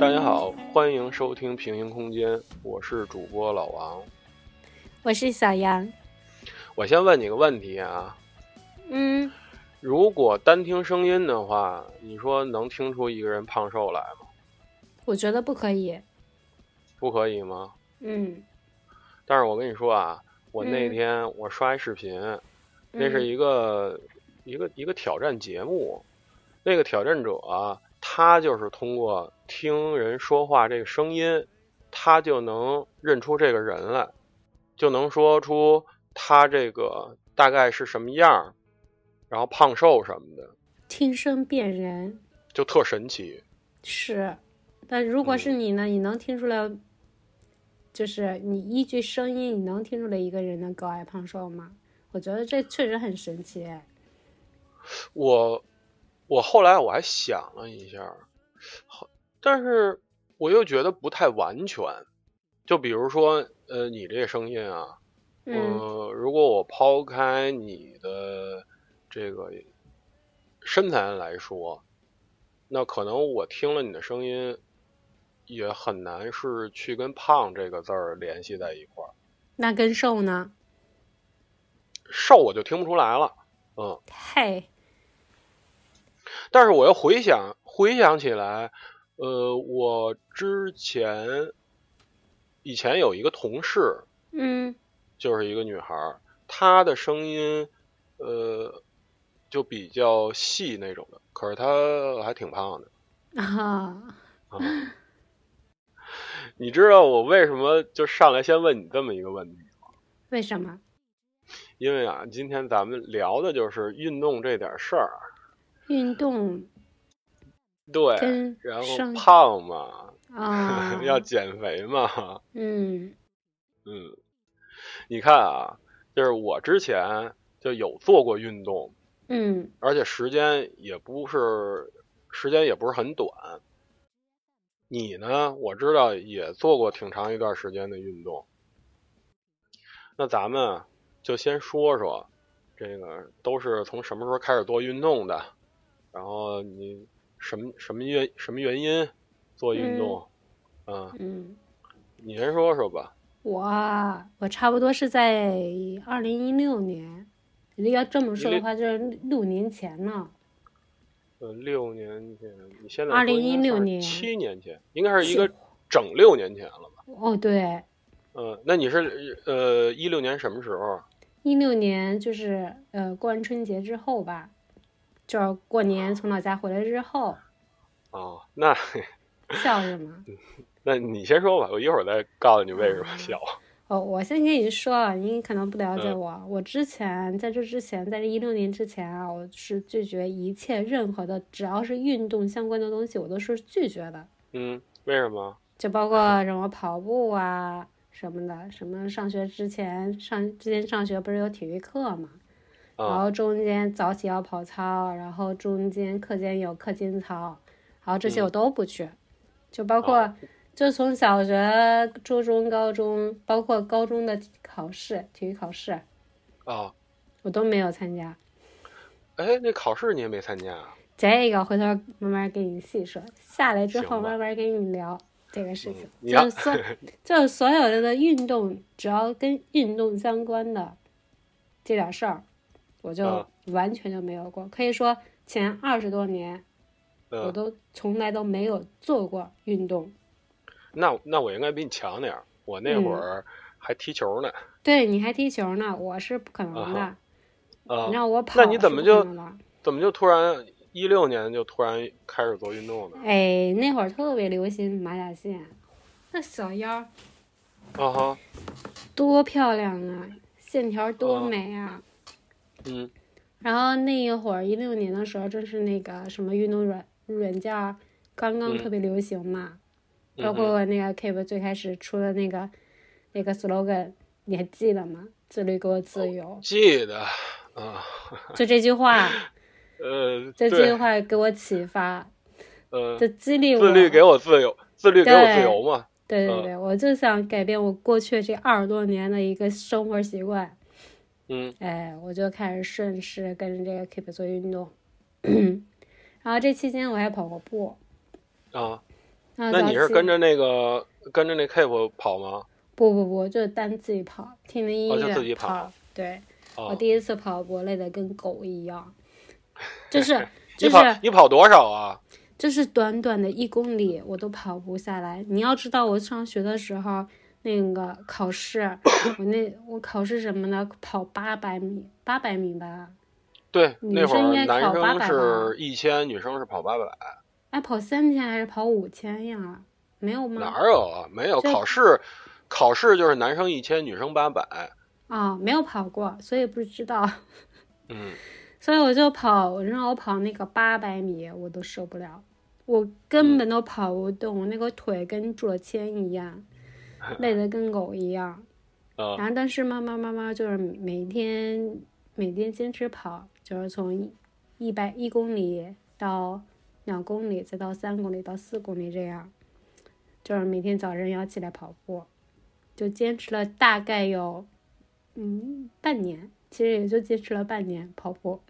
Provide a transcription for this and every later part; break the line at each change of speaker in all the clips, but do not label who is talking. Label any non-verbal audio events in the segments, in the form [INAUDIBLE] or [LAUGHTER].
大家好，欢迎收听平行空间，我是主播老王。
我是小杨。
我先问你个问题啊，
嗯，
如果单听声音的话，你说能听出一个人胖瘦来吗？
我觉得不可以。
不可以吗？
嗯，
但是我跟你说啊，我那
嗯
天我刷一视频，那
嗯
是一个一个一个挑战节目，那个挑战者啊，他就是通过听人说话这个声音，他就能认出这个人来，就能说出他这个大概是什么样儿，然后胖瘦什么的，
听声辨人
就特神奇。
是，但如果是你
嗯
呢，你能听出来，就是你依据声音，你能听出来一个人的高矮胖瘦吗？我觉得这确实很神奇。哎
我我后来我还想了一下儿，好，但是我又觉得不太完全。就比如说，呃，你这个声音啊，
嗯
呃，如果我抛开你的这个身材来说，那可能我听了你的声音，也很难是去跟“胖”这个字儿联系在一块儿。
那跟瘦呢？
瘦我就听不出来了，嗯。
嘿，
但是我又回想回想起来，呃，我之前以前有一个同事，
嗯
就是一个女孩儿，她的声音，呃，就比较细那种的，可是她还挺胖的。
啊， [LAUGHS]
啊你知道我为什么就上来先问你这么一个问题？
为什么？
因为啊，今天咱们聊的就是运动这点事儿，
运动
对，
跟
哎然后
生
胖嘛，，
啊
[LAUGHS] 要减肥嘛，
嗯
嗯，你看啊，就是我之前就有做过运动，
嗯
而且时间也不是时间也不是很短。你呢，我知道也做过挺长一段时间的运动。那咱们啊就先说说这个都是从什么时候开始做运动的，然后你什么什么原什么原因做运动？嗯，
嗯。
你先说说吧。
我我差不多是在二零一六年，你要这么说的话，就是六年前呢，
呃，六年前，你现在
2016年
七年前，应该是一个整六年前了吧？
哦，对，
嗯、那你是呃一六年什么时候？啊
一六年就是呃过完春节之后吧，就是过年从老家回来之后，
哦，那
笑什么？
那你先说吧，我一会儿再告诉你为什么笑。
哦，我先跟你说啊，你可能不了解
嗯
我。我之前在这之前，在这一六年之前啊，我是拒绝一切任何的，只要是运动相关的东西，我都是拒绝的。
嗯，为什么？
就包括什么跑步啊什么的，什么上学之前上之前上学不是有体育课嘛，然
啊、
后中间早起要跑操，然后中间课间有课间操，然后这些我都不去，就包括就从小学、初中、高中，包括高中的考试、体育考试，
啊，
我都没有参加。
哎，那考试你也没参加啊？
这个回头慢慢给你细说，下来之后
行吧
慢慢给你聊这个事情。
嗯
就
呀
是所， [LAUGHS] 就是所有的运动，只要跟运动相关的这点事儿，我就
啊
完全就没有过。可以说前二十多年，我
嗯，
都从来都没有做过运动。
那那我应该比你强点儿，我那
嗯
会儿还踢球呢。
对，你还踢球呢，我是不可能的。
啊啊
你，让我跑，
那你怎么就
是不可能的
怎么就突然一六年就突然开始做运动呢？
哎，那会儿特别流行马甲线，那小腰儿
啊哈，
多漂亮啊，线条多
啊
美啊！
嗯
然后那一会儿一六年的时候，正是那个什么运动软软件儿刚刚
嗯
特别流行嘛，
嗯
包
嗯
括那个 Keep 最开始出的那个那个 slogan，你还记得吗？自律给我自由，
记得啊。
就这
[LAUGHS]
句话，
呃，
就
对，
这句话给我启发，
呃，
就激励我。
自律给我嗯自由，自律给我自
对
由嘛。
对对对，我就想改变我过去这二十多年的一个生活习惯，
嗯
哎，我就开始顺势跟着这个 Keep [COUGHS] 做运动，然后这期间我还跑过步。
啊，
那
那你是跟
着？
着那个跟着那 Keep 跑吗？
不不不，就是单自己跑，听着音
哦就
乐、
自己跑
跑。哦对，
啊、
我第一次跑步累得跟狗
[LAUGHS]
一样，就是
你
就
跑
是
你跑多少啊？
就是短短的一公里我都跑不下来。你要知道，我上学的时候那个考试，我那我考试什么的，跑八百米，八百米吧，
对，
女
那会
生应
儿
该
男
跑800
生
吧
是一千，女生是跑八百，
哎，跑三千还是跑五千呀？没有吗？
哪有啊？没有
这
考试，考试就是男生一千，女生八百。
啊、没有跑过，所以不知道。
嗯，
所以我就跑，然后我跑那个八百米，我都受不了，我根本都跑不动，我那个腿跟竹签一样，累得跟狗一样。
呃，
然后，但是慢慢慢慢就是每天每天坚持跑，就是从一百一公里到两公里，再到三公里到四公里这样，就是每天早晨要起来跑步，就坚持了大概有嗯半年，其实也就坚持了半年跑步。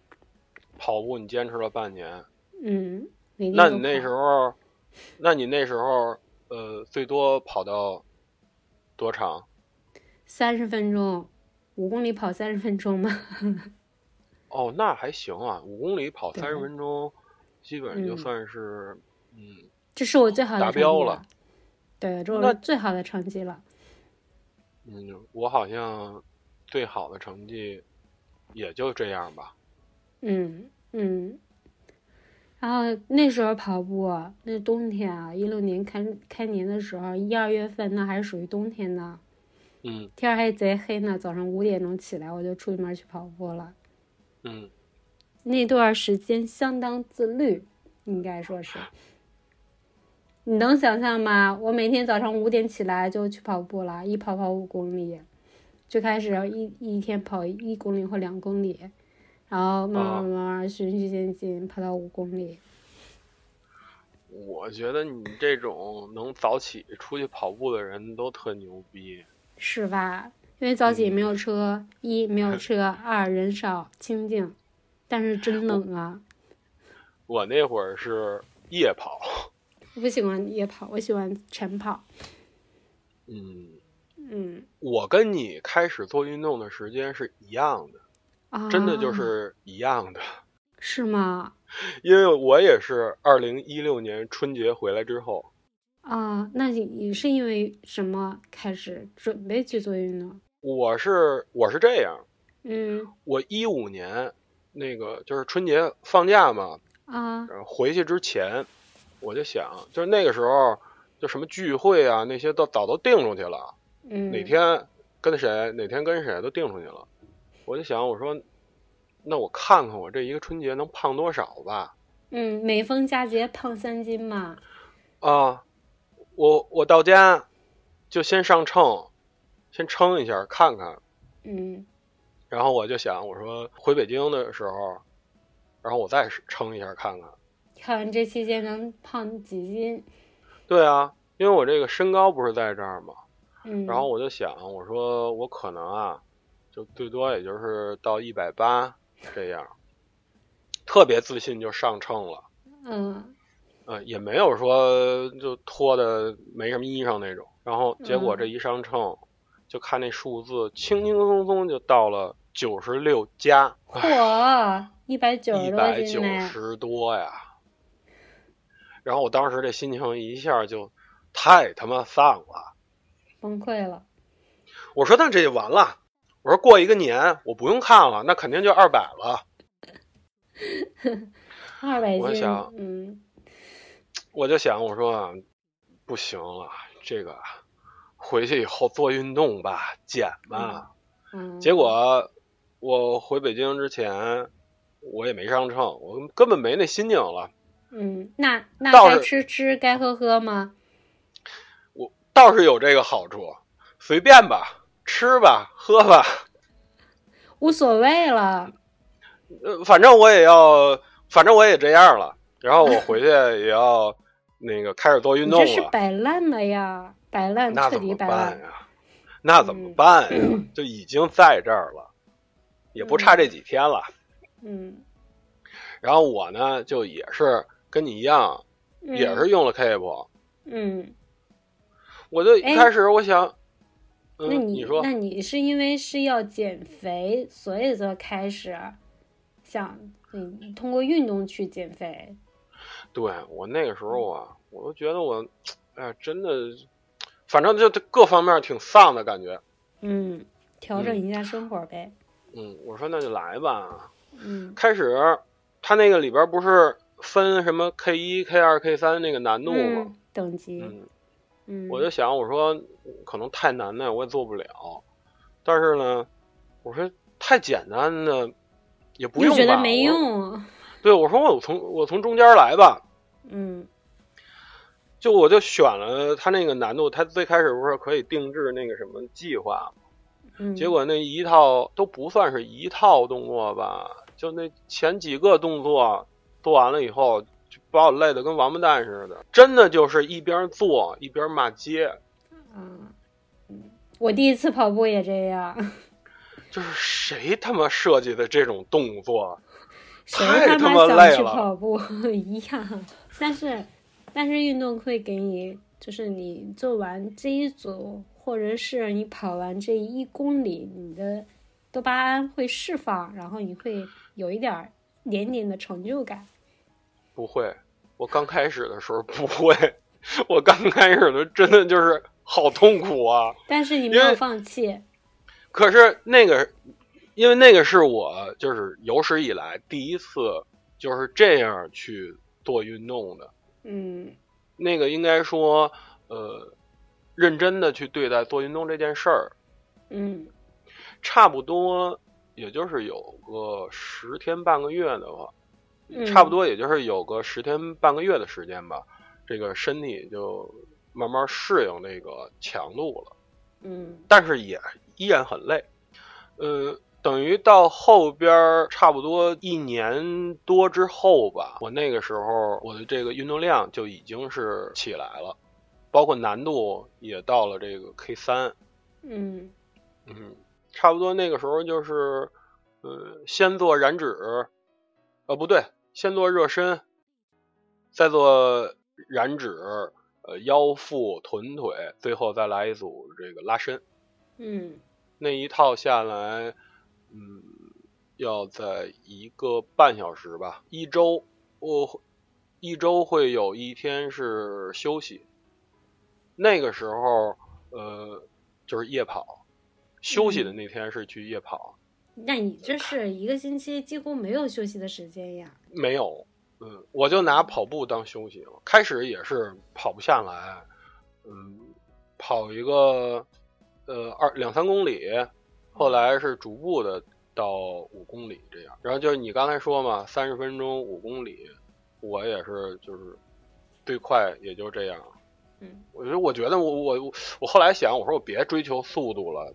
跑步你坚持了半年，
嗯，每天
那
都
你那
跑
时候，那你那时候，呃，最多跑到多长？
三十分钟，五公里跑三十分钟吗？
哦，那还行啊，五公里跑
对
三十分钟，基本上就
嗯
算是，嗯，
这是我最好的
达
成绩
标了
了。对，这是
那
我最好的成绩了。
嗯，我好像最好的成绩也就这样吧。
嗯嗯，然后那时候跑步啊，那冬天啊，一六年开开年的时候，一二月份那还是属于冬天呢，
嗯
天儿还贼黑呢。早上五点钟起来，我就出门去跑步了。
嗯，
那段时间相当自律，应该说是。你能想象吗？我每天早上五点起来就去跑步了，一跑跑五公里，就开始一一天跑一公里或两公里，然后慢
啊
慢慢慢循序渐进，跑到五公里。
我觉得你这种能早起出去跑步的人都特牛逼。
是吧？因为早起
嗯
没有车，一没有车，二人少清静，但是
哦
真冷啊！
我那会儿是夜跑，
我不喜欢夜跑，我喜欢晨跑。
嗯，
嗯，
我跟你开始做运动的时间是一样的，
啊，
真的就是一样的。 [LAUGHS]
是吗？
因为我也是二零一六年春节回来之后，
啊，那你你是因为什么开始准备去做运动？
我是我是这样，
嗯
我一五年那个就是春节放假嘛，
啊
然后回去之前，我就想，就是那个时候就什么聚会啊那些都早都定出去了，
嗯，
哪天跟谁哪天跟谁都定出去了，我就想我说，那我看看我这一个春节能胖多少吧，
嗯，每逢佳节胖三斤嘛。
啊，我我到家就先上秤，先称一下看看。
嗯
然后我就想，我说回北京的时候，然后我再称一下看看。
看这期间能胖几斤？
对啊，因为我这个身高不是在这儿嘛，
嗯，
然后我就想，我说我可能啊，就最多也就是到一百八这样，特别自信就上秤了，
嗯
呃，也没有说就脱的没什么衣裳那种。然后结果这
嗯
一上秤，就看那数字，轻轻松松就到了九十六加，
嚯，一百九
一
十多
百
斤
九
呢！
十多呀。然后我当时这心情一下就太他妈丧了。
崩溃了。
我说那这就完了。我说过一个年我不用看了，那肯定就二百了。
二百
我
斤
想，
嗯
我就想我说啊，不行了，这个回去以后做运动吧，减吧。
嗯，
结果我回北京之前。我也没上秤，我根本没那心情了。
嗯，那那
倒
该
是
吃吃，该喝喝吗？
我倒是有这个好处，随便吧，吃吧，喝吧，
无所谓了。
呃，反正我也要，反正我也这样了。然后我回去也要那个开始做运
你
动
这是
了，
摆烂了呀，摆烂，
那
彻
怎
底
么
摆
办
烂。嗯
呀？那怎么办呀？就已经在这儿了，也不差这几天了。
嗯，
然后我呢，就也是跟你一样，
嗯
也是用了 Keep，、
嗯，
我就一开始我想，嗯，
哎那
你说
那你是因为是要减肥，所以才开始想嗯通过运动去减肥。
对我那个时候
嗯
啊，我都觉得我，哎，真的，反正就各方面挺丧的感觉。
嗯，调整一下生活呗。
嗯，我说那就来吧。
嗯
开始，他那个里边不是分什么 K 一、K 二、K 三那个难度吗？
嗯，等级。
嗯，
嗯，
我就想，我说可能太难了，我也做不了。但是呢，我说太简单的也不
又
用吧，
觉得没
我说。
用。
对，我说我从我从中间来吧，
嗯
就我就选了他那个难度，他最开始不是可以定制那个什么计划吗，
嗯，
结果那一套都不算是一套动作吧，就那前几个动作做完了以后，就把我累得跟王八蛋似的，真的就是一边做一边骂街，
啊，嗯我第一次跑步也这样，
就是谁他妈设计的这种动作？啊
谁
太他妈
妈想
累
去
了
跑步 [LAUGHS] 一样？但是，但是运动会给你，就是你做完这一组，或者是你跑完这一公里，你的多巴胺会释放，然后你会有一点儿一点点的成就感。
不会，我刚开始的时候不会，我刚开始的真的就是好痛苦啊！
但是你
因
没有
为
放弃，
可是那个，因为那个是我就是有史以来第一次就是这样去做运动的。
嗯
那个应该说，呃，认真的去对待做运动这件事儿，
嗯
差不多也就是有个十天半个月的吧，
嗯，
差不多也就是有个十天半个月的时间吧，这个身体就慢慢适应那个强度了。
嗯
但是也依然很累。呃，等于到后边儿差不多一年多之后吧，我那个时候我的这个运动量就已经是起来了，包括难度也到了这个 K 三，
嗯
嗯，差不多那个时候就是，呃，先做燃脂，呃，不对，先做热身，再做燃脂，呃，腰腹臀腿，最后再来一组这个拉伸。
嗯
那一套下来，嗯，要在一个半小时吧，一周我会一周会有一天是休息，那个时候呃就是夜跑，休息的那天是去夜跑，
那你这是一个星期几乎没有休息的时间呀？
没有，嗯，我就拿跑步当休息了，开始也是跑不下来，嗯，跑一个呃二两三公里，后来是逐步的到五公里这样。然后就是你刚才说嘛，三十分钟五公里，我也是就是最快也就这样。
嗯
我觉得我觉得我我我我后来想，我说我别追求速度了，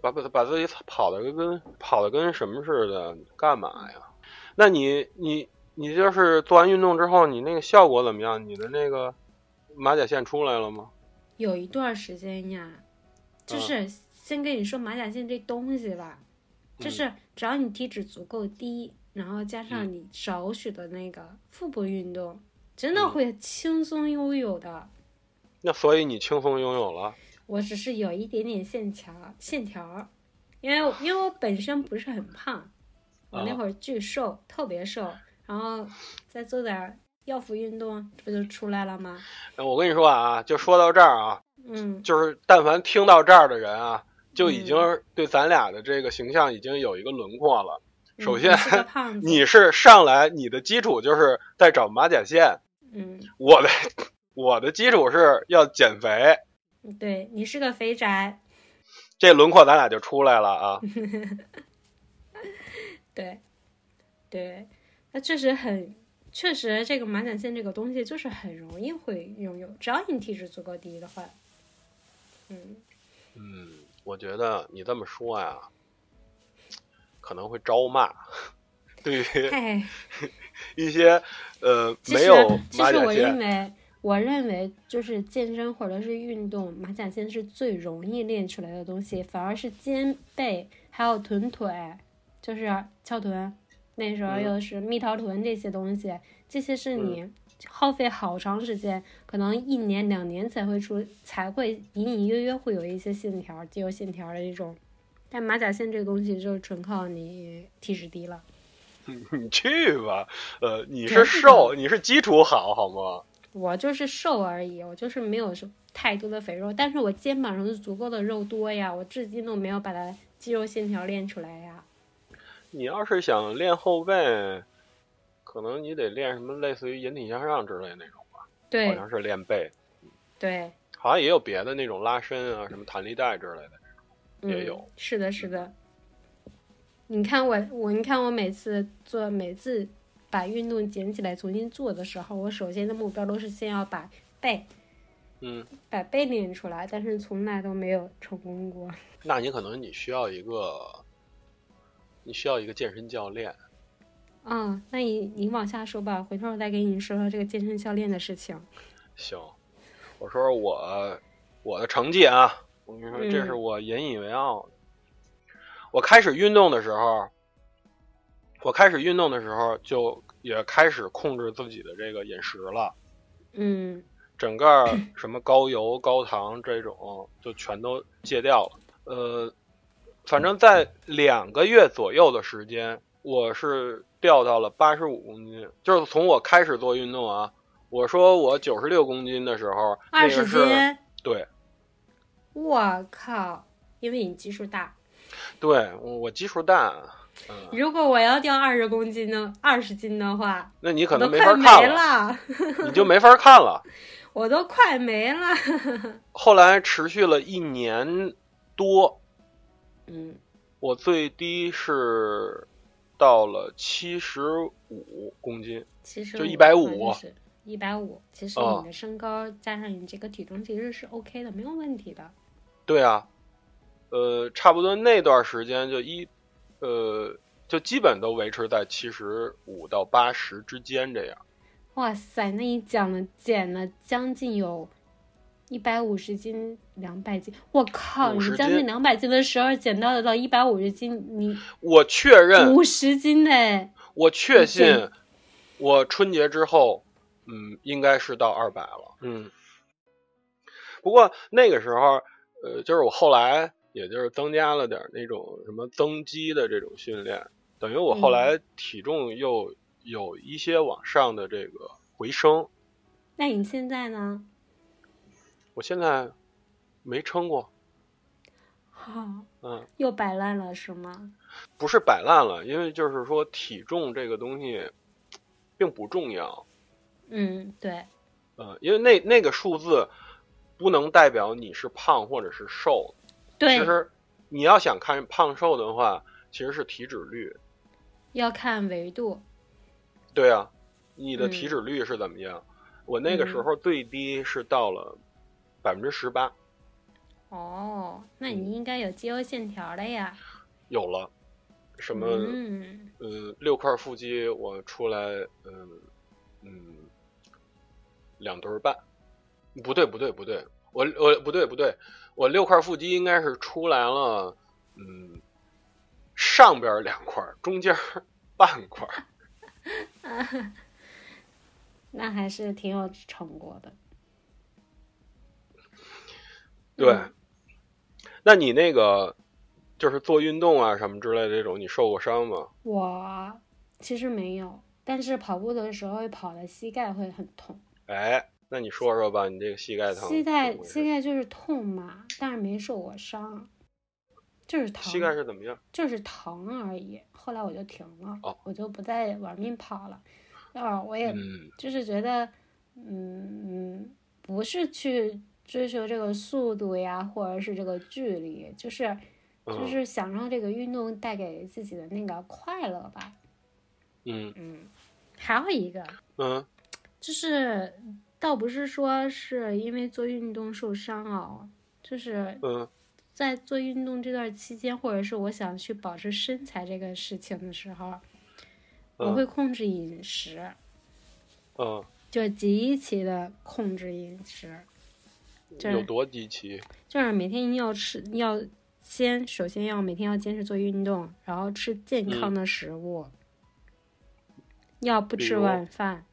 把把把自己跑的跟跟跑的跟什么似的，干嘛呀？那你你你就是做完运动之后，你那个效果怎么样？你的那个马甲线出来了吗？
有一段时间呀，就
嗯
是先跟你说马甲线这东西吧，
嗯
就是只要你体脂足够低，然后加上你少许的那个腹部运动，真的
嗯
会轻松拥有的。
那所以你轻松拥有了。
我只是有一点点线条线条，因为因为我本身不是很胖，我那
啊
会儿巨瘦，特别瘦，然后再做点儿腰腹运动，这不就出来了吗？
哎我跟你说啊，就说到这儿啊，
嗯，
就是但凡听到这儿的人啊，就已经对咱俩的这个形象已经有一个轮廓了。
嗯
首
你
先
是个胖子，
你是上来你的基础就是在找马甲线，
嗯，
我的我的基础是要减肥，
对你是个肥宅，
这轮廓咱俩就出来了啊。
嗯对，对，那确实很，确实这个马甲线这个东西就是很容易会拥有，只要你体脂足够低的话，嗯，
嗯，我觉得你这么说呀，可能会招骂。对于
哎，
一些呃
其
没
实啊
有
其
马
实
甲
我认
线， [LAUGHS]
为，我认为就是健身或者是运动，马甲线是最容易练出来的东西，反而是肩背还有臀腿，就是翘臀，那时候
嗯
又是蜜桃臀这些东西，这些是你耗费好长时间，可能一年两年才会出，才会隐隐约约会有一些线条，肌肉线条的这种。但马甲线这个东西就是纯靠你体脂低了。
你去吧，呃，你是瘦，你是基础好，好吗？
我就是瘦而已，我就是没有什么太多的肥肉，但是我肩膀上是足够的肉多呀，我至今都没有把它肌肉线条练出来呀。
你要是想练后背，可能你得练什么类似于引体向上之类那种吧，好
对
像是练背，
对，
好像也有别的那种拉伸啊，什么弹力带之类的。也有
嗯。是的，是的。你看我，我你看我每次做，每次把运动捡起来重新做的时候，我首先的目标都是先要把背
嗯，
把背练出来，但是从来都没有成功过。
那你可能你需要一个，你需要一个健身教练。
嗯，那你你往下说吧，回头我再给你说说这个健身教练的事情。
行，我说说我我的成绩啊，我跟你说，
嗯
这是我引以为傲的。我开始运动的时候，我开始运动的时候就也开始控制自己的这个饮食了，
嗯
整个儿
[CLEARS THROAT]
什么高油、高糖这种就全都戒掉了。呃，反正在两个月左右的时间，我是掉到了八十五公斤，就是从我开始做运动啊。我说我九十六公斤的时候，那
二
个
十
是
斤，
对
我靠！因为你基数大，
对，我我基数大，嗯，
如果我要掉二十公斤呢，二十斤的话，
那你可
我都
能没
快
法
没
看
了， [LAUGHS]
你就没法看了。
我都快没了。
后来持续了一年多，
嗯
我最低是到了七十五公斤，，
其实
就150
一百五。其实
啊
你的身高加上你这个体重其实是 OK 的，没有问题的。
对啊，呃，差不多那段时间就一，呃，就基本都维持在七十五到八十之间这样。
哇塞，那你讲了减了将近有一百五十斤、两百斤，我靠！
50
你将近两百斤的时候减到了到一百五十斤，你
我确认，
五十斤呢？
我确信
对，
我春节之后，嗯，应该是到二百了。嗯，不过那个时候，呃，就是我后来也就是增加了点儿那种什么增肌的这种训练，等于我后来体重又有一些往上的这个回升。
那你现在呢？
我现在没称过，
哈，
嗯，
又摆烂了是吗？
不是摆烂了，因为就是说体重这个东西并不重要。
嗯，对，
嗯，因为那那个数字不能代表你是胖或者是瘦。
对
其，实你要想看胖瘦的话，其实是体脂率。
要看维度。
对啊，你的
嗯
体脂率是怎么样？我那个时候最低是到了百分之十八，
哦，那你应该有肌肉线条的呀。
有了什么、
嗯。
呃六块腹肌，我出来嗯嗯两对儿半，不对不对不对，我我不对不对，我六块腹肌应该是出来了，嗯上边儿两块儿，中间儿 [LAUGHS] 半块儿，
那还是挺有成果的。
对。
嗯
那你那个就是做运动啊什么之类的这种，你受过伤吗？
我其实没有，但是跑步的时候跑的膝盖会很痛，
哎，那你说说吧，你这个膝盖疼，
膝盖
怎么回事
膝盖就是痛嘛，但是没受过伤，就是疼，
膝盖是怎么样？
就是疼而已。后来我就停了，
哦
我就不再玩命跑了。啊，我也
嗯
就是觉得，嗯嗯，不是去追求这个速度呀，或者是这个距离，就是就
嗯
是想让这个运动带给自己的那个快乐吧。
嗯
嗯，还有一个
嗯
就是，倒不是说是因为做运动受伤哦，就是
嗯
在做运动这段期间，或者是我想去保持身材这个事情的时候，我
嗯
会控制饮食。
嗯，
就是极其的控制饮食，就是
有多低奇？
就是每天要吃，要先首先要每天要坚持做运动，然后吃健
嗯
康的食物，要不
比
吃
如
晚饭，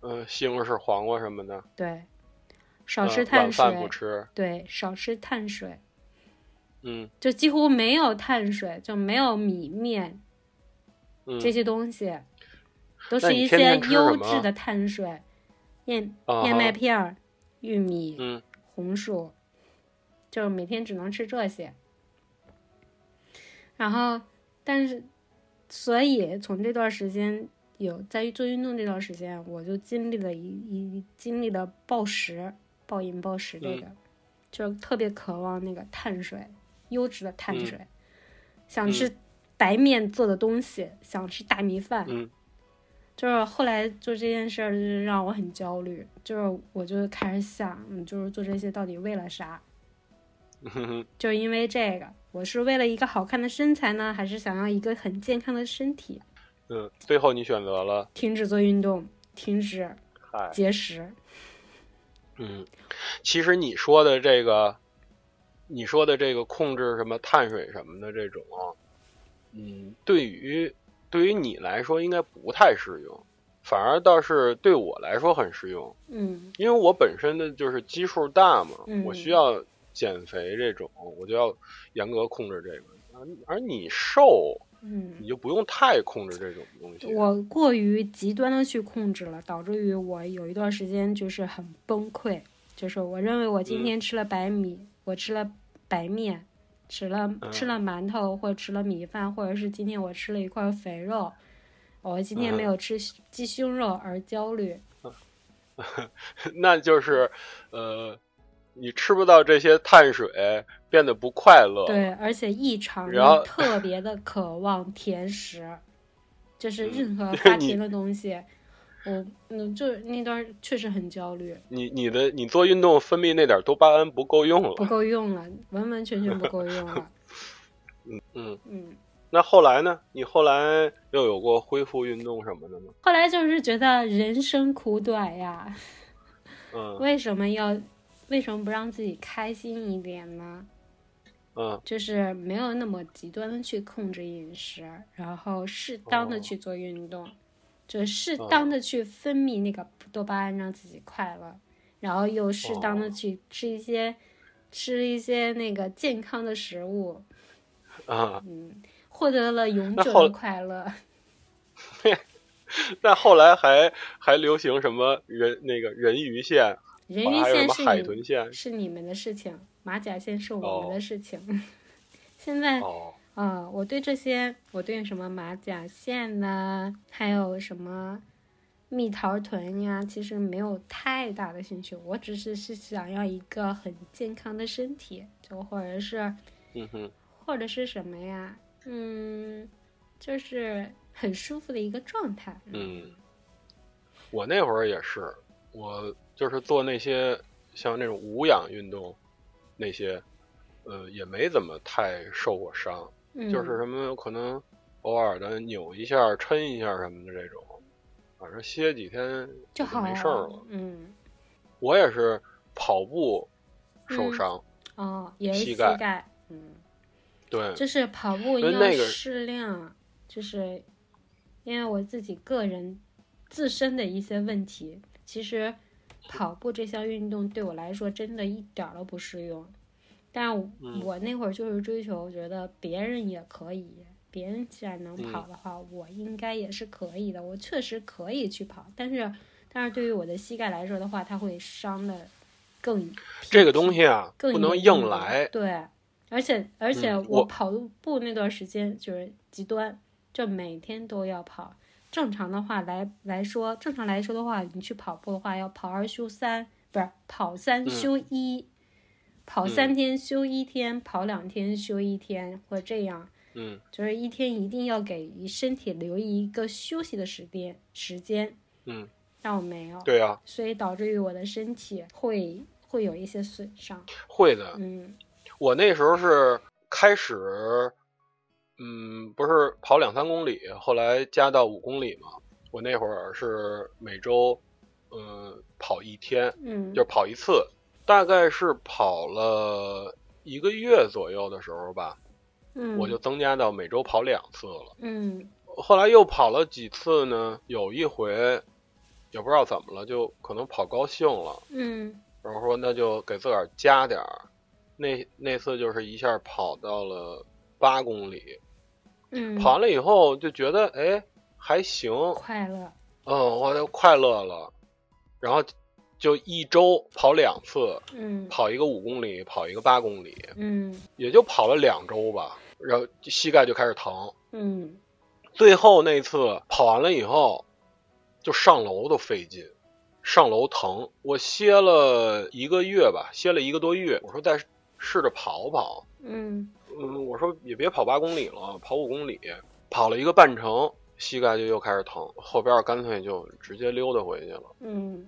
嗯，西红柿、黄瓜什么的，
对，少吃
嗯
碳
晚
水，
饭不吃，
对，少吃碳水，
嗯
就几乎没有碳水，就没有米面
嗯，
这些东西，都
那
是
你
一
天
些
天吃
优
什么
质的碳水，燕
啊
燕
哈
麦片儿、玉米、
嗯
红薯，就是每天只能吃这些。然后，但是，所以从这段时间有在做运动这段时间，我就经历了一一经历了暴食、暴饮暴食这个，就特别渴望那个碳水，优质的碳
嗯
水，想吃白面做的东西，想吃大米饭，
嗯
就是后来做这件事儿，就是让我很焦虑，就是我就开始想，嗯，就是做这些到底为了啥？
哼哼
就是因为这个，我是为了一个好看的身材呢，还是想要一个很健康的身体？
[LAUGHS] 嗯，最后你选择了，
停止做运动，停止
嗨，
节食，
嗯，其实你说的这个，你说的这个控制什么碳水什么的这种，啊嗯，对于对于你来说应该不太适用，反而倒是对我来说很适用，
嗯
因为我本身的就是基数大嘛，
嗯
我需要减肥这种，我就要严格控制这个。而而你瘦，
嗯，
你就不用太控制这种东西。
我过于极端的去控制了，导致于我有一段时间就是很崩溃，就是我认为我
嗯
今天吃了白米，我吃了白面，吃了
嗯
吃了馒头，或者吃了米饭，或者是今天我吃了一块肥肉，我今天
嗯
没有吃鸡胸肉而焦虑。
[LAUGHS] 那就是，呃，你吃不到这些碳水，变得不快乐。
对，而且异常
哦然后
的特别的渴望甜食，就是任何发
嗯你
甜的东西，我嗯，就是那段儿确实很焦虑，
你你的你做运动分泌那点多巴胺不够用
不
了。
够用了，完完全全不够用
[LAUGHS]
了。
嗯，
嗯，
那后来呢？你后来又有过恢复运动什么的吗？
后来就是觉得人生苦短呀，
嗯
为什么要为什么不让自己开心一点呢？
嗯
就是没有那么极端的去控制饮食，然后适当的
哦
去做运动，就适当的去分泌那个多巴胺，让自己快乐，然后又适当的
哦
去吃一些、吃一些那个健康的食物，
啊，
嗯，获得了永
那
久
后
的快乐。
那后来还还流行什么人那个人鱼线，
人
好
鱼
哦像还有什
线
么
是
海
你
豚线？
是你们的事情，马甲线是我们
哦
的事情。 [LAUGHS] 现在啊、
哦，
呃我对这些，我对什么马甲线呐、还有什么蜜桃臀呀，其实没有太大的兴趣。我只是是想要一个很健康的身体，就或者是
嗯哼，
或者是什么呀，嗯，就是很舒服的一个状态。
嗯，我那会儿也是，我就是做那些像那种无氧运动，那些，呃，也没怎么太受过伤，
嗯，
就是什么可能偶尔的扭一下、抻一下什么的这种，反正歇几天
就好
没事儿了。
嗯，
我也是跑步受
嗯
伤，
哦，也是
膝
膝
盖
盖嗯。
对，
就是跑步
因为
要
那个
适量，就是因为我自己个人自身的一些问题，其实跑步这项运动对我来说真的一点儿都不适用。但我
嗯
我那会儿就是追求，觉得别人也可以，别人既然能
嗯
跑的话，我应该也是可以的。我确实可以去跑，但是但是对于我的膝盖来说的话，它会伤的更
这个东西啊，
更
不能
严重
硬来。
对，而且而且
嗯
我
我
跑步那段时间就是极端，就每天都要跑。正常的话来来说，正常来说的话，你去跑步的话，要跑二休三，不是跑三
嗯
休一，跑三天休一天，跑两天休一天，或者这样，
嗯
就是一天一定要给身体留一个休息的时间时间。
嗯，
但我没有，
对啊呀、
所以导致于我的身体会会有一些损伤。
会的。
嗯，
我那时候是开始，嗯，不是跑两三公里，后来加到五公里嘛。我那会儿是每周，嗯，跑一天，
嗯，
就是跑一次，大概是跑了一个月左右的时候吧，
嗯，
我就增加到每周跑两次了。
嗯
后来又跑了几次呢？有一回也不知道怎么了，就可能跑高兴了，
嗯
然后说那就给自个儿加点儿。那那次就是一下跑到了八公里，
嗯，
跑完了以后就觉得哎还行，
快乐，
嗯，我就快乐了。然后就一周跑两次，
嗯
跑一个五公里，跑一个八公里，
嗯
也就跑了两周吧，然后膝盖就开始疼。
嗯
最后那次跑完了以后，就上楼都费劲，上楼疼。我歇了一个月吧，歇了一个多月。我说再试着跑跑，
嗯
嗯，我说也别跑八公里了，跑五公里。跑了一个半程，膝盖就又开始疼，后边干脆就直接溜达回去了。
嗯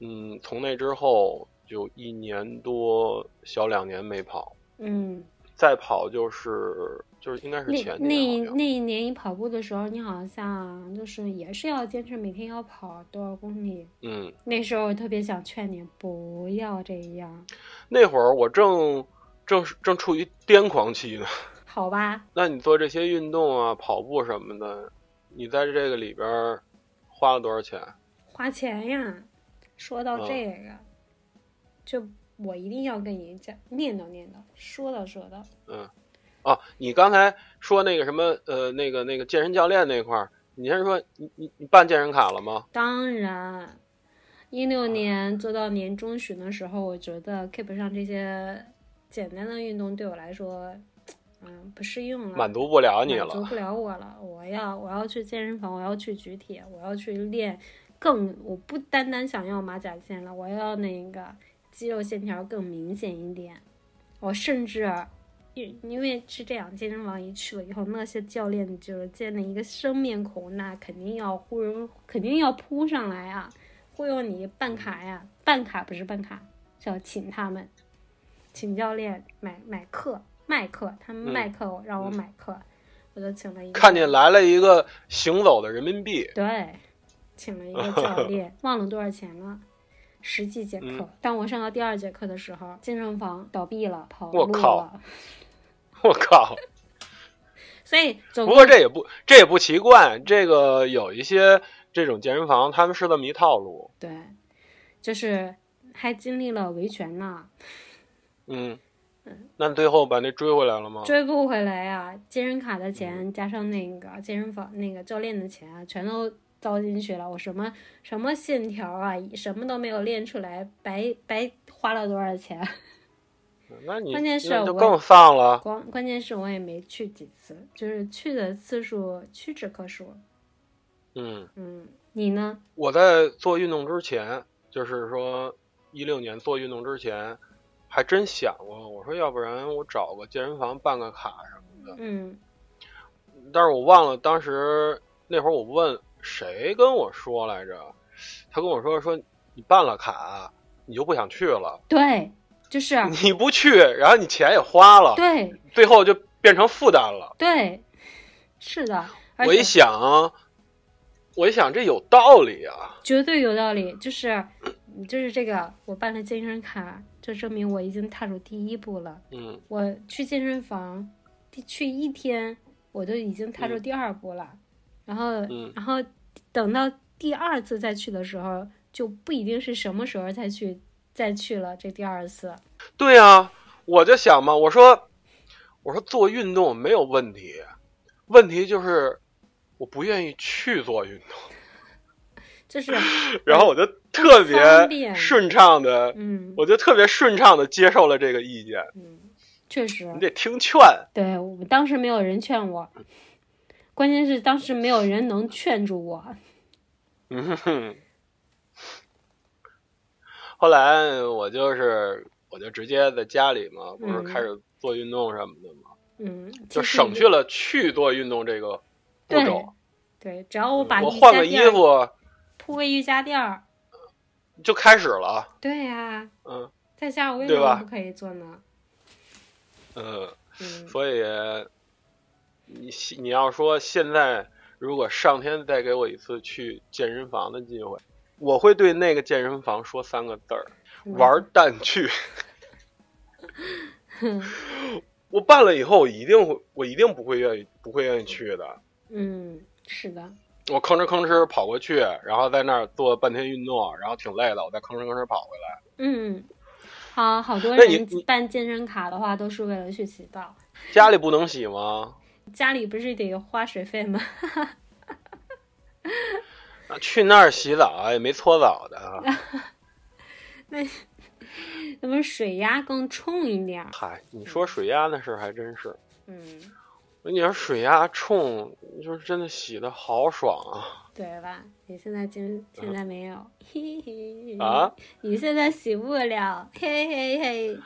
嗯，从那之后就一年多，小两年没跑，
嗯，
再跑就是就是应该是
那
前
那一
年好像
那一年你跑步的时候，你好像就是也是要坚持每天要跑多少公里。
嗯，
那时候我特别想劝你不要这样，
那会儿我正正正处于癫狂期呢。 [LAUGHS]
好吧？
那你做这些运动啊，跑步什么的，你在这个里边儿花了多少钱？
花钱呀。说到
嗯
这个，就我一定要跟你讲，念叨念叨，说道说道。
嗯，哦，你刚才说那个什么呃，那个那个健身教练那块儿，你先说你你你办健身卡了吗？
当然，一六年做到年中旬的时候，我觉得 keep 上这些简单的运动对我来说，嗯，不适用了，
满足不了你
满足
了，
不了我了。我要我要去健身房，我要去举铁，我要去练更，我不单单想要马甲线了，我要那个肌肉线条更明显一点。我甚至。因因为是这样，健身房一去了以后，那些教练就是见了一个生面孔，那肯定要忽悠，肯定要扑上来啊，忽悠你办卡呀，办卡不是办卡，是要请他们，请教练买买课卖课，他
嗯
们卖课、我让我
嗯
买课，我就请了一个
看见来了一个行走的人民币，
对，请了一个教
[LAUGHS]
练，忘了多少钱了。十几节课，
嗯
当我上到第二节课的时候，健身房倒闭了，跑
我
路
靠
了，
我靠！
嗯所以总
不过这也不这也不奇怪，这个有一些这种健身房，他们是这么一套路，
对，就是还经历了维权呢，
嗯。那你最后把那追回来了吗？
追不回来啊！健身卡的
嗯
钱加上那个健身房那个教练的钱啊，全都糟进去了。我什么什么线条啊，什么都没有练出来，白白花了多少钱？
那你
关键是
那就
我
更丧了。
光关键是我也没去几次，就是去的次数屈指可数。
嗯，
嗯，你呢？
我在做运动之前，就是说一六年做运动之前，还真想过，我说要不然我找个健身房办个卡什
嗯
么。但是我忘了当时那会儿我问谁跟我说来着，他跟我说说你办了卡，你就不想去了，
对，就是
你不去，然后你钱也花了，
嗯对
最后就变成负担了。
对，是的。而
我一
且。
想，我一想这有道理啊，
绝对有道理，就是就是这个，我办了健身卡，这证明我已经踏入第一步了。
嗯
我去健身房，第去一天，我就已经踏入
嗯
第二步了。然后，
嗯
然后等到第二次再去的时候，就不一定是什么时候再去再去了这第二次。
对呀、我就想嘛，我说，我说做运动没有问题，问题就是我不愿意去做运动，
就是，
[LAUGHS] 然后我就特别
方便
顺畅的，
嗯
我就特别顺畅的接受了这个意见。
嗯，确实，
你得听 [LAUGHS] 劝，
对我当时没有人劝我，关键是当时没有人能劝住我。
嗯哼。后来我就是我就直接在家里嘛，不是
嗯
开始做运动什么的嘛，
嗯，
就
其实
省
你
去了去做运动这个步
对
骤。
对，只要我把
我
瑜
换
伽
个
垫
衣
儿
服
铺个瑜伽垫儿，
就开始了，
对呀、
嗯
在家我为
对
什么
吧
不可以做呢？
嗯。
嗯，
所以，你现你要说现在如果上天再给我一次去健身房的机会，我会对那个健身房说三个字儿：
嗯
玩蛋
[LAUGHS]
去。 [LAUGHS] 我办了以后，我一定会，我一定不会愿意，不会愿意去的。
嗯，是的，
我吭哧吭哧跑过去，然后在那儿做半天运动，然后挺累的，我再吭哧吭哧跑回来。
嗯，好，好多
那你
人
你
办健身卡的话都是为了去洗澡，
家里不能洗吗？
家里不是得花水费吗？
啊去那儿洗澡也没搓澡
[LAUGHS]
的，啊
那不是水压更冲一点儿？
嗨，你说水压的事儿还真是。
嗯，
你要水压冲，就是真的洗的好爽啊！
对吧？你现在经现在没有，嘿嘿
啊，
你现在洗不了，嘿嘿嘿，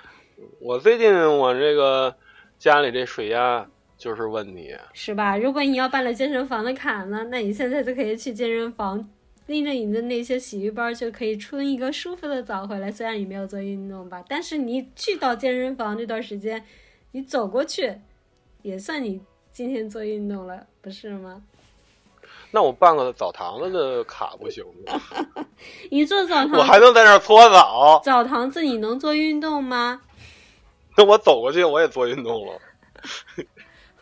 我最近我这个家里这水压就是问题，
是吧？如果你要办了健身房的卡呢，那你现在就可以去健身房。拎着你的那些洗浴包就可以冲一个舒服的澡回来，虽然你没有做运动吧，但是你去到健身房这段时间，你走过去，也算你今天做运动了，不是吗？
那我办个澡堂子的卡不行吗？ [LAUGHS]
你做澡
我
堂，
还能在那儿搓澡，
澡堂子你能做运动吗？
那我走过去我也做运动了。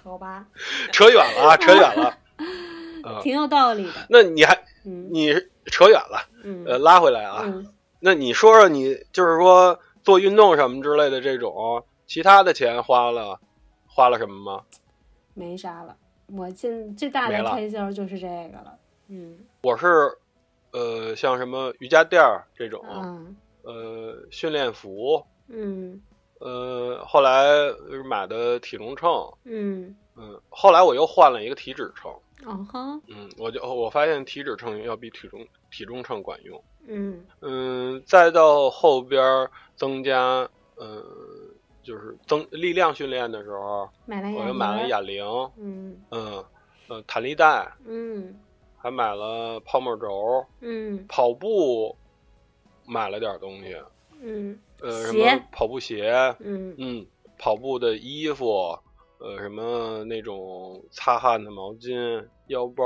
好吧，
扯远了，啊，扯远了。啊
挺有道理的。
那你还
嗯
你扯远了，
嗯
呃，拉回来啊。
嗯，
那你说说你就是说做运动什么之类的这种，其他的钱花了花了什么吗？
没啥了。我现最大
没
的
了
开销就是这个了。嗯
我是呃，像什么瑜伽垫儿这种，
嗯
呃，训练服，
嗯
呃，后来呃买的体重秤，
嗯，
嗯，后来我又换了一个体脂秤，
哦哈，
嗯，我就我发现体脂秤要比体重体重秤管用。
嗯
嗯，再到后边儿增加，呃，就是增力量训练的时候，
买了
我
哑
又买了
铃儿。
哑铃，
嗯
嗯，呃，弹力带，
嗯
还买了泡沫轴，
嗯
跑步买了点儿东西，
嗯
呃，什
鞋
么跑步鞋，
嗯
嗯，跑步的衣服，呃，什么那种擦汗的毛巾、腰包，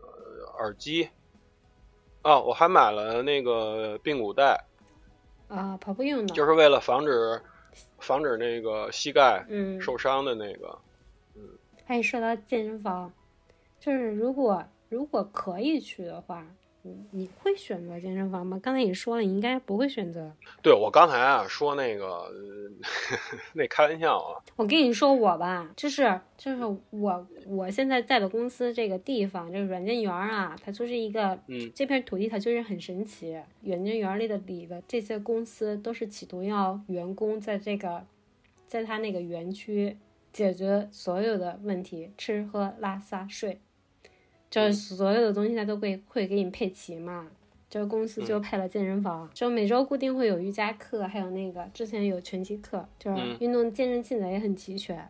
呃，耳机，啊，我还买了那个髌骨带。
啊，跑步用的。
就是为了防止防止那个膝盖
嗯，
受伤的那个。
哎，说到健身房，就是如果如果可以去的话，你你会选择健身房吗？刚才也说了，你应该不会选择。
对我刚才啊说那个 [LAUGHS] 呃那开玩笑啊，
我跟你说我吧，就是就是我我现在在的公司这个地方，这个软件园儿啊，它就是一个
嗯
这片土地，它就是很神奇。软件园儿里的里的这些公司都是企图要员工在这个，在它那个园区解决所有的问题，吃喝拉撒睡，
嗯
就是所有的东西它都会会给你配齐嘛。这个公司
嗯
就配了健身房，就每周固定会有瑜伽课，还有那个之前有拳击课，就是
嗯
运动健身器材也很齐全。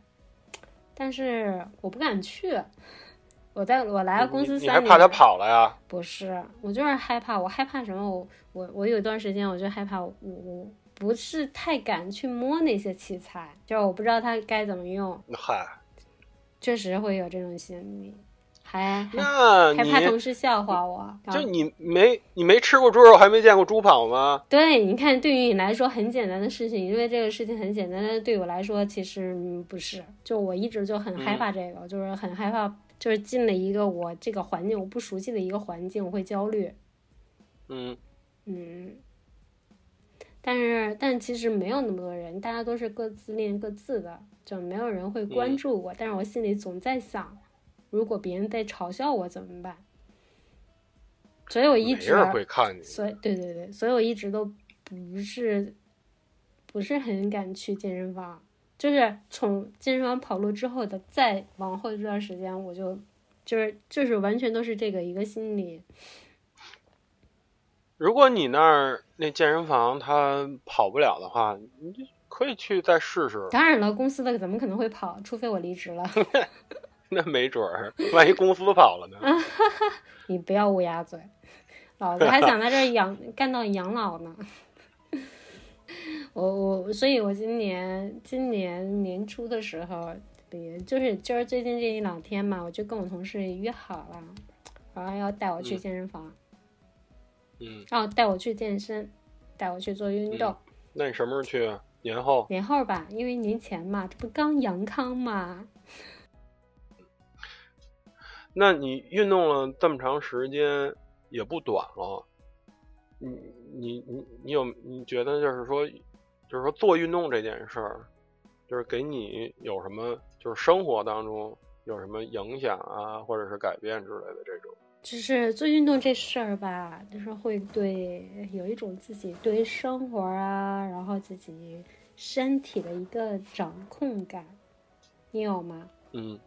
但是我不敢去，我在我来了公司
你你
三
还
年，
怕他跑了呀？
不是，我就是害怕，我害怕什么？我我我有段时间我就害怕我，我我不是太敢去摸那些器材，就是我不知道它该怎么用，
嗨，
确实会有这种心理，还还
那
还嗯怕同
你
事笑话我。
就
啊
你没你没吃过猪肉，还没见过猪跑吗？
对，你看，对于你来说很简单的事情，因为这个事情很简单，但是对我来说其实嗯不是。就我一直就很
嗯
害怕这个，就是很害怕，就是进了一个我这个环境我不熟悉的一个环境，我会焦虑。
嗯，
嗯，但是但其实没有那么多人，大家都是各自练各自的，就没有人会关
嗯
注我。但是我心里总在想，如果别人在嘲笑我怎么办？所以我一
没
直
人会看你。
所以对对对，所以我一直都不是不是很敢去健身房，就是从健身房跑路之后的再往后这段时间，我就就是就是完全都是这个一个心理，
如果你那儿那健身房他跑不了的话，你就可以去再试试。 [LAUGHS]
当然了，公司的怎么可能会跑？除非我离职了。 [LAUGHS]
那没准儿，万一公司跑了呢？
你不要乌鸦嘴，老子还想在这儿养干到养老呢。我我，所以我今年今年年初的时候，也就是就是最近这一两天嘛，我就跟我同事约好了，然后要带我去
嗯
健身房，
嗯，
然后带我去健身，带我去做运动。
那你什么时候去啊？年后？
年后吧，因为年前嘛，这不刚阳康嘛，
那你运动了这么长时间，也不短了。你你你你有你觉得就是说，就是说做运动这件事儿，就是给你有什么，就是生活当中有什么影响啊，或者是改变之类的这种。
就是做运动这事儿吧，就是会对有一种自己对生活啊，然后自己身体的一个掌控感，你有吗？
嗯，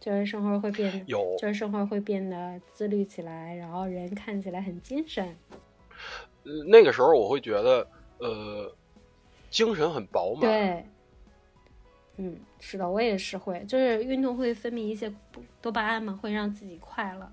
就是生活会变，
有
就是生活会变得自律起来，然后人看起来很精神。
呃那个时候我会觉得，呃，精神很饱满。
对，嗯，是的，我也是会，就是运动会分泌一些多巴胺嘛，会让自己快乐。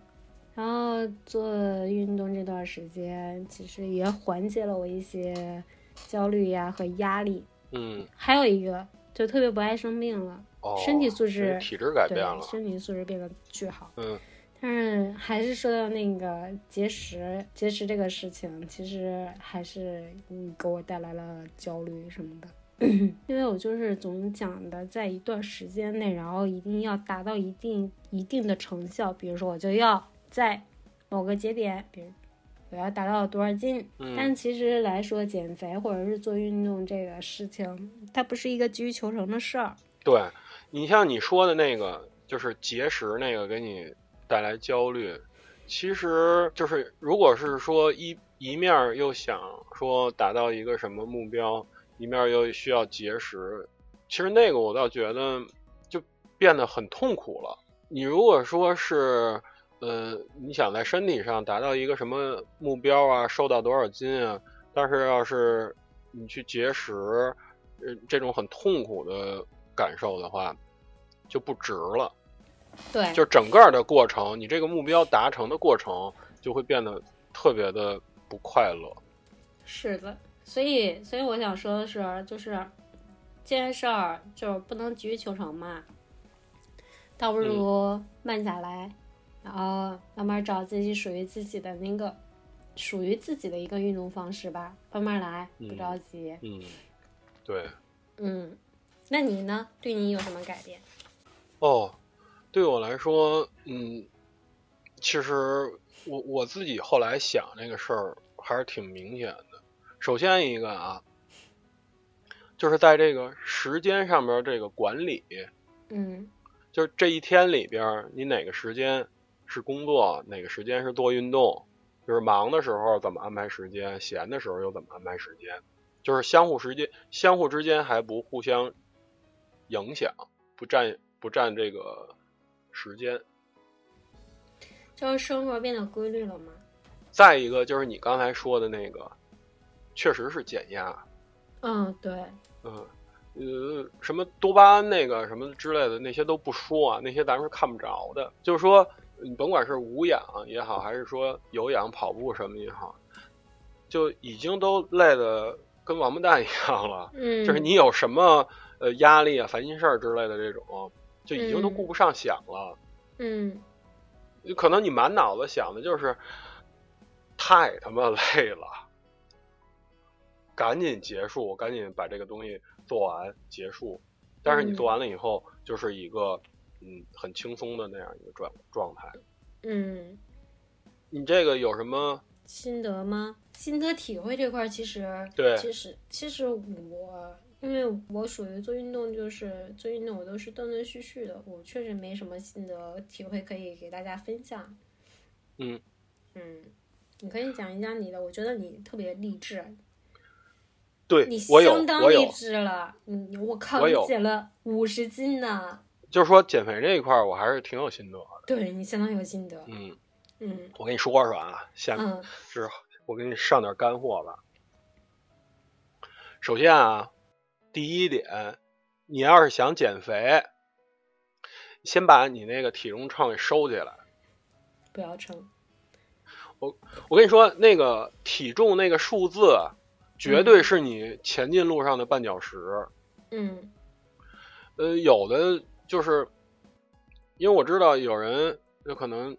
然后做运动这段时间，其实也缓解了我一些焦虑呀、和压力。
嗯，
还有一个，就特别不爱生病了，
哦，
身体素质
你体质改变
对
了，。
身体素质变得巨好。
嗯
但是还是说到那个节食，节食这个事情，其实还是嗯给我带来了焦虑什么的， [COUGHS] 因为我就是总讲的，在一段时间内，然后一定要达到一定一定的成效，比如说我就要在某个节点，比如我要达到多少斤，但
嗯
其实来说，减肥或者是做运动这个事情，它不是一个急于求成的事儿，
对你像你说的那个，就是节食那个给你带来焦虑，其实就是如果是说一一面儿又想说达到一个什么目标，一面儿又需要节食，其实那个我倒觉得就变得很痛苦了。你如果说是呃，你想在身体上达到一个什么目标啊，瘦到多少斤啊，但是要是你去节食，呃，这种很痛苦的感受的话，就不值了。
对
就整个的过程，你这个目标达成的过程就会变得特别的不快乐。
是的，所以所以我想说的是，就是这件事儿就是不能急于求成嘛，倒
嗯
不如慢下来，然后慢慢找自己属于自己的那个属于自己的一个运动方式吧，慢慢来，不
嗯
着急。
嗯，对。
嗯，那你呢？对你有什么改变？
哦，对我来说，嗯，其实我我自己后来想这个事儿还是挺明显的。首先一个啊，就是在这个时间上边儿这个管理，
嗯
就是这一天里边儿，你哪个时间是工作，哪个时间是做运动，就是忙的时候怎么安排时间，闲的时候又怎么安排时间，就是相互时间相互之间还不互相影响，不占不占这个时间。
就是生活变得规律了嘛。
再一个就是你刚才说的那个，确实是减压，
嗯，对，
嗯，呃，什么多巴胺那个什么之类的那些都不说啊，那些咱们是看不着的。就是说，你甭管是无氧也好，还是说有氧跑步什么也好，就已经都累得跟王八蛋一样了。[LAUGHS]
嗯，
就是你有什么呃压力啊、烦心事儿之类的这种，就已经都
嗯
顾不上想了。
嗯，
可能你满脑子想的就是太他妈累了，赶紧结束，赶紧把这个东西做完结束。但是你
嗯
做完了以后，就是一个嗯很轻松的那样一个状状态。
嗯。
你这个有什么？
心得吗？心得体会这块儿，其实
对
其实其实我因为我属于做运动，就是做运动我都是断断续续的，我确实没什么心得体会可以给大家分享。
嗯
嗯，你可以讲一讲你的，我觉得你特别励志，
对
你
我有
相当
我
励
有，
志了，你我靠，
我
你
有
减了五十斤呢，
就是说减肥这一块儿，我还是挺有心得的。
对你相当有心得，
嗯，
嗯
我跟你说说啊，下面
嗯
是我给你上点干货吧。首先啊，第一点，你要是想减肥，先把你那个体重秤给收起来。
不要称，
我跟你说，那个体重那个数字，啊绝对是你前进路上的绊脚石。
嗯
呃，有的就是，因为我知道有人有可能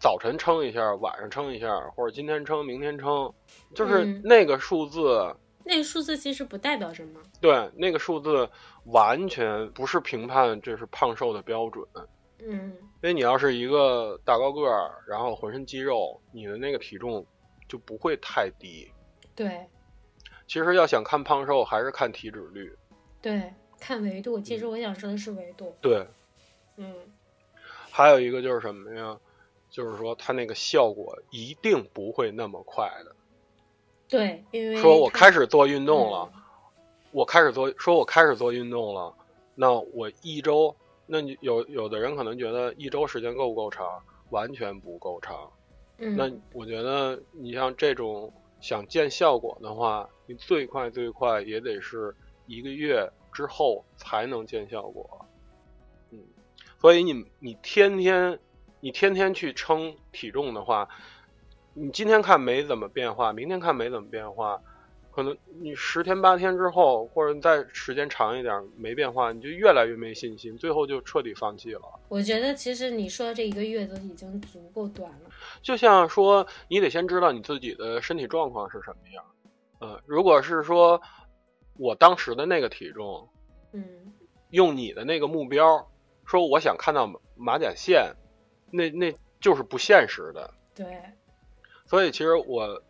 早晨称一下，晚上称一下，或者今天称，明天称，就是
嗯
那个数字。啊
那个数字其实不代表什么，
对，那个数字完全不是评判这是胖瘦的标准，
嗯
因为你要是一个大高个儿，然后浑身肌肉，你的那个体重就不会太低。
对
其实要想看胖瘦，还是看体脂率。嗯
对，看维度。其实我想说的是维度，
对，
嗯
还有一个就是什么呀？就是说它那个效果一定不会那么快的。
对，因为嗯
说我
它
开始做运动了，，我开始做，说我开始做运动了，那我一周，那你有有的人可能觉得一周时间够不够长？完全不够长。
嗯，
那我觉得你像这种想见效果的话，你最快最快也得是一个月之后才能见效果。嗯，所以你你天天你天天去称体重的话，你今天看没怎么变化，明天看没怎么变化，可能你十天八天之后，或者你再时间长一点没变化，你就越来越没信心，最后就彻底放弃了。
我觉得其实你说的这一个月都已经足够短了。
就像说，你得先知道你自己的身体状况是什么样。呃，如果是说我当时的那个体重，
嗯，
用你的那个目标，说我想看到马马甲线，那那就是不现实的。
对，
所以其实我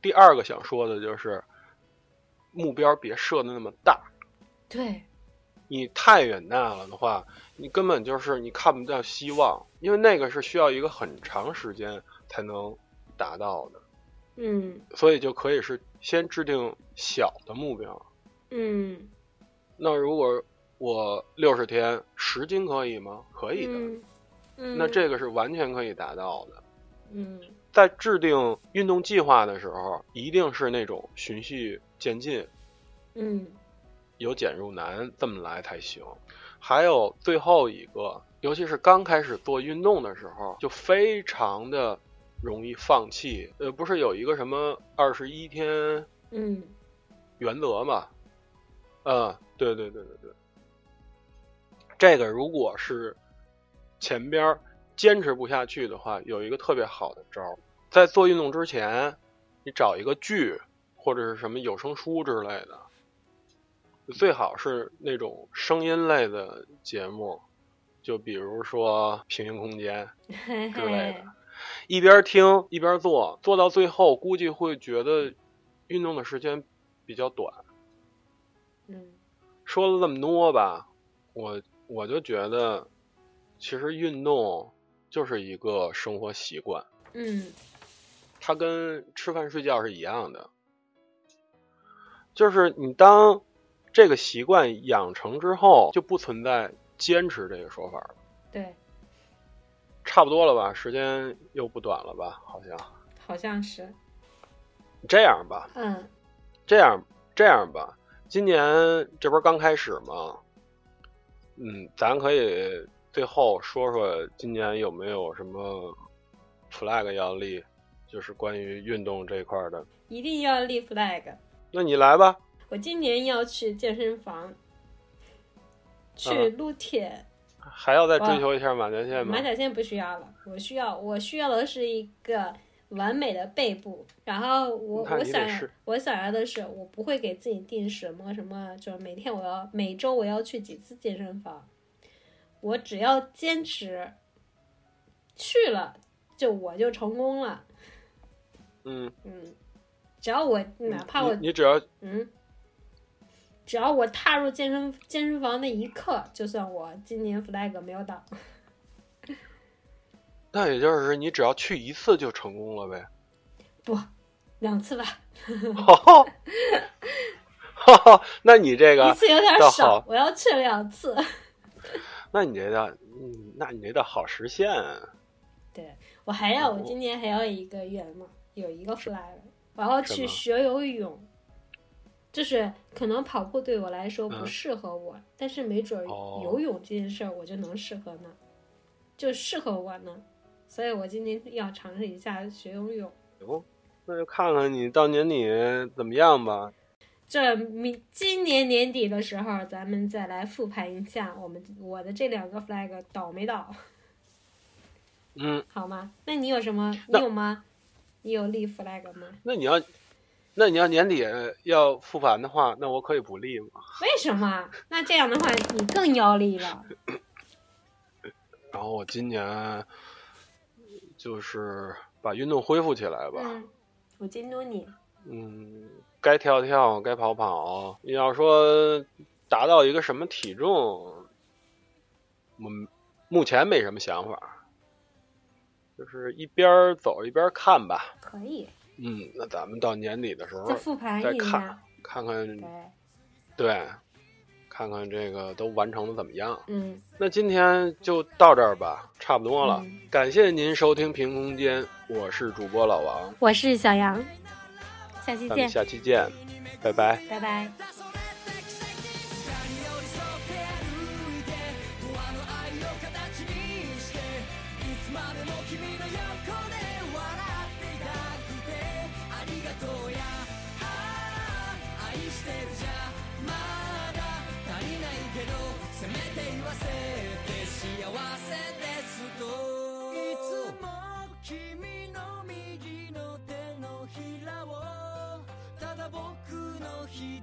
第二个想说的就是，目标别设的那么大。
对，
你太远大了的话，你根本就是你看不到希望，因为那个是需要一个很长时间才能达到的。
嗯
所以就可以是先制定小的目标。
嗯，
那如果我六十天十斤可以吗？可以的，
嗯，嗯
那这个是完全可以达到的。
嗯
在制定运动计划的时候，一定是那种循序渐进，
嗯
由简入难这么来才行。还有最后一个，尤其是刚开始做运动的时候，就非常的容易放弃。呃，不是有一个什么二十一天
嗯
原则嘛。嗯，对对对对对，这个如果是前边儿坚持不下去的话，有一个特别好的招儿，在做运动之前，你找一个剧或者是什么有声书之类的，最好是那种声音类的节目，就比如说《平行空间》，
嘿
之类
嘿
的，一边听一边做，做到最后估计会觉得运动的时间比较短。
嗯
说了这么多吧，我我就觉得，其实运动就是一个生活习惯，
嗯
它跟吃饭睡觉是一样的。就是你当这个习惯养成之后，就不存在坚持这个说法了。
对，
差不多了吧，时间又不短了吧？好像
好像是，
这样吧，
嗯
这样这样吧，今年这不是刚开始吗？嗯，咱可以最后说说今年有没有什么 flag 要立，就是关于运动这一块的。
一定要立 flag。
那你来吧，
我今年要去健身房，去
嗯
撸铁，
还要再追求一下马甲线吗
马？甲线不需要了，我需要我需要的是一个完美的背部。然后我
那
我
你得
想要
是
我想要的是，我不会给自己定什么什么，就是每天我要每周我要去几次健身房，我只要坚持去了，就我就成功了。
嗯，
嗯，只要我哪怕我
你你只要
嗯，只要我踏入健身健身房那一刻，就算我今年 flag 没有打。
那也就是你只要去一次就成功了呗。
不，两次吧，嗯
哈哈，哈哈， [LAUGHS] 那你这
一
个，
次有点
倒
少
好，
我要去两次。
那你这个，嗯，那你这个好实现啊。
对我还要，
我
我今年还要一个愿望，有一个 flag，我要
什
去
么
学游泳。就是可能跑步对我来说不
嗯
适合我，但是没准儿
哦
游泳这件事儿我就能适合呢，就适合我呢，所以我今年要尝试一下学游泳。
哟，那就看看你到年底怎么样吧。
这明今年年底的时候，咱们再来复盘一下我们我的这两个 flag 倒没倒，
嗯，
好吗？那你有什么？你
那
有吗？你有立 flag 吗？
那你要，那你要年底要复盘的话，那我可以不立吗？
为什么？那这样的话，你更要立了。
啊、然后我今年就是把运动恢复起来吧。
嗯，我监督你。
嗯，该跳跳，该跑跑。要说达到一个什么体重，我目前没什么想法，就是一边走一边看吧。
可以，
嗯，那咱们到年底的时候
再复盘
再
一
看
下。
看看
对，，
对，看看这个都完成的怎么样。
嗯，
那今天就到这儿吧，差不多了。
嗯
感谢您收听《凭空间》，我是主播老王，
我是小杨，下期
咱们
见，
下期见，拜拜。
拜拜。
いつも君の右の手のひらをただ僕の左